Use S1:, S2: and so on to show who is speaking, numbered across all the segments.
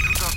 S1: Tout un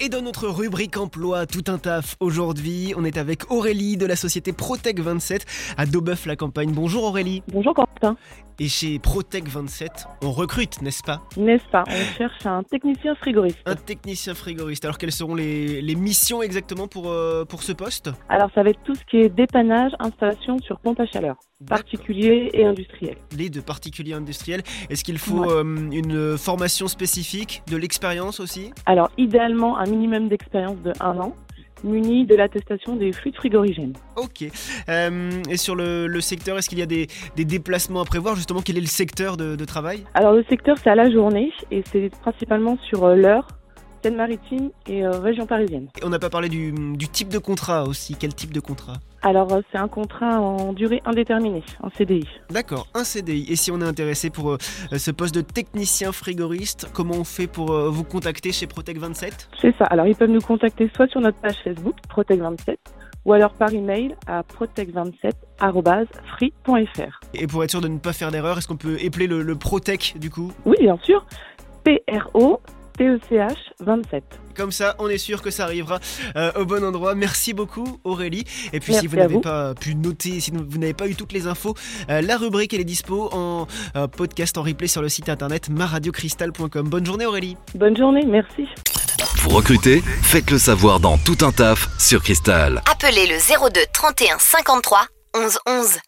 S2: Et dans notre rubrique emploi, tout un taf, aujourd'hui, on est avec Aurélie de la société Protec 27 à Daubeuf la campagne. Bonjour Aurélie.
S3: Bonjour Quentin,
S2: Et chez Protec 27, on recrute, n'est-ce pas
S3: n'est-ce pas On cherche un technicien frigoriste.
S2: Un technicien frigoriste. Alors quelles seront les, les missions exactement pour, euh, pour ce poste
S3: Alors ça va être tout ce qui est dépannage, installation sur pompe à chaleur, particulier et industriel.
S2: Les de particuliers industriels. Est-ce qu'il faut euh, une formation spécifique, de l'expérience aussi
S3: Alors idéalement un minimum d'expérience de un an, muni de l'attestation des fluides frigorigènes.
S2: Ok. Euh, et sur le, le secteur, est-ce qu'il y a des, des déplacements à prévoir Justement, quel est le secteur de, de travail
S3: Alors le secteur c'est à la journée et c'est principalement sur euh, l'heure, Seine-Maritime et euh, région parisienne.
S2: Et On n'a pas parlé du, du type de contrat aussi. Quel type de contrat
S3: Alors euh, c'est un contrat en durée indéterminée, en CDI.
S2: D'accord, un CDI. Et si on est intéressé pour euh, ce poste de technicien frigoriste, comment on fait pour euh, vous contacter chez Protec 27
S3: C'est ça, alors ils peuvent nous contacter soit sur notre page Facebook, Protect27, ou alors par email à protect27.free.fr.
S2: Et pour être sûr de ne pas faire d'erreur, est-ce qu'on peut épeler le, le Protec du coup
S3: Oui, bien sûr. E P-R-O-T-E-C-H 27.
S2: Comme ça, on est sûr que ça arrivera euh, au bon endroit. Merci beaucoup, Aurélie. Et puis, si
S3: Merci
S2: vous
S3: à
S2: n'avez
S3: vous.
S2: pas pu noter, si vous n'avez pas eu toutes les infos, euh, la rubrique, elle est dispo en euh, podcast, en replay sur le site internet maradiocristal.com. Bonne journée, Aurélie.
S3: Bonne journée, merci.
S1: Vous recrutez Faites le savoir dans Tout un taf sur Cristal.
S4: Appelez le 02 31 53 11 11.